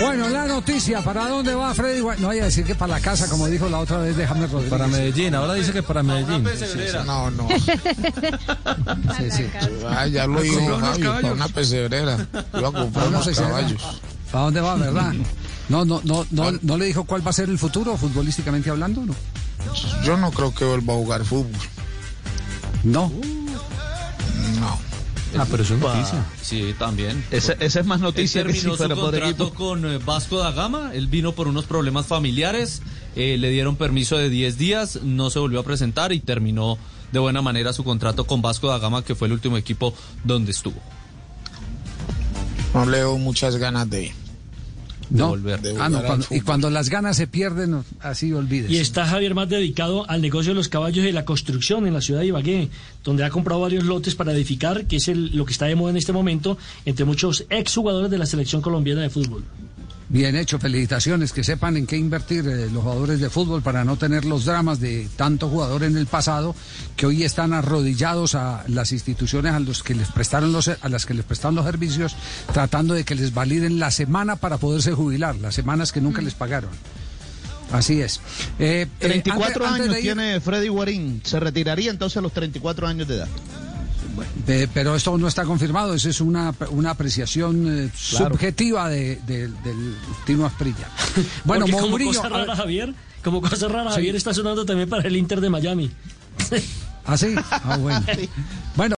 Bueno, la noticia, ¿para dónde va Freddy? Guay- No vaya a decir que para la casa, como dijo la otra vez de James Rodríguez. Para Medellín, ahora dice que para Medellín. No, no. Sí, sí. Ah, ya lo dijo Fabio, para una pesebrera. Iba a comprar Para una unos pesebrera. caballos. ¿Para dónde va, verdad? No, no, no, no, no le dijo cuál va a ser el futuro futbolísticamente hablando, ¿no? Yo no creo que vuelva a jugar fútbol. No. No. Ah, pero eso es noticia. Sí, también. Esa, esa es más Él noticia que si terminó su fuera por contrato equipo. con eh, Vasco da Gama. Él vino por unos problemas familiares. eh, le dieron permiso de 10 días. No se volvió a presentar y terminó de buena manera su contrato con Vasco da Gama, que fue el último equipo donde estuvo. No le doy muchas ganas de ir. No. volver. De Ah, no, jugar al cuando- y fútbol. cuando las ganas se pierden, así olvides. Y está Javier más dedicado al negocio de los caballos y la construcción en la ciudad de Ibagué, donde ha comprado varios lotes para edificar, que es el- lo que está de moda en este momento, entre muchos exjugadores de la selección colombiana de fútbol. Bien hecho, felicitaciones, que sepan en qué invertir eh, los jugadores de fútbol para no tener los dramas de tanto jugador en el pasado que hoy están arrodillados a las instituciones a los que les prestaron los a las que les prestaron los servicios tratando de que les validen la semana para poderse jubilar, las semanas que Mm. nunca les pagaron. Así es. Eh, eh, 34 antes- antes años de ir- tiene Freddy Guarín. Se retiraría entonces a los 34 años de edad. Eh, pero esto no está confirmado, eso es una, una apreciación eh, Claro. subjetiva de, de- del Tino Asprilla. Bueno, Porque Mourinho, como cosa a ver- rara, Javier, como cosa rara, Sí. Javier está sonando también para el Inter de Miami. ¿Ah, sí? Ah, bueno. Bueno.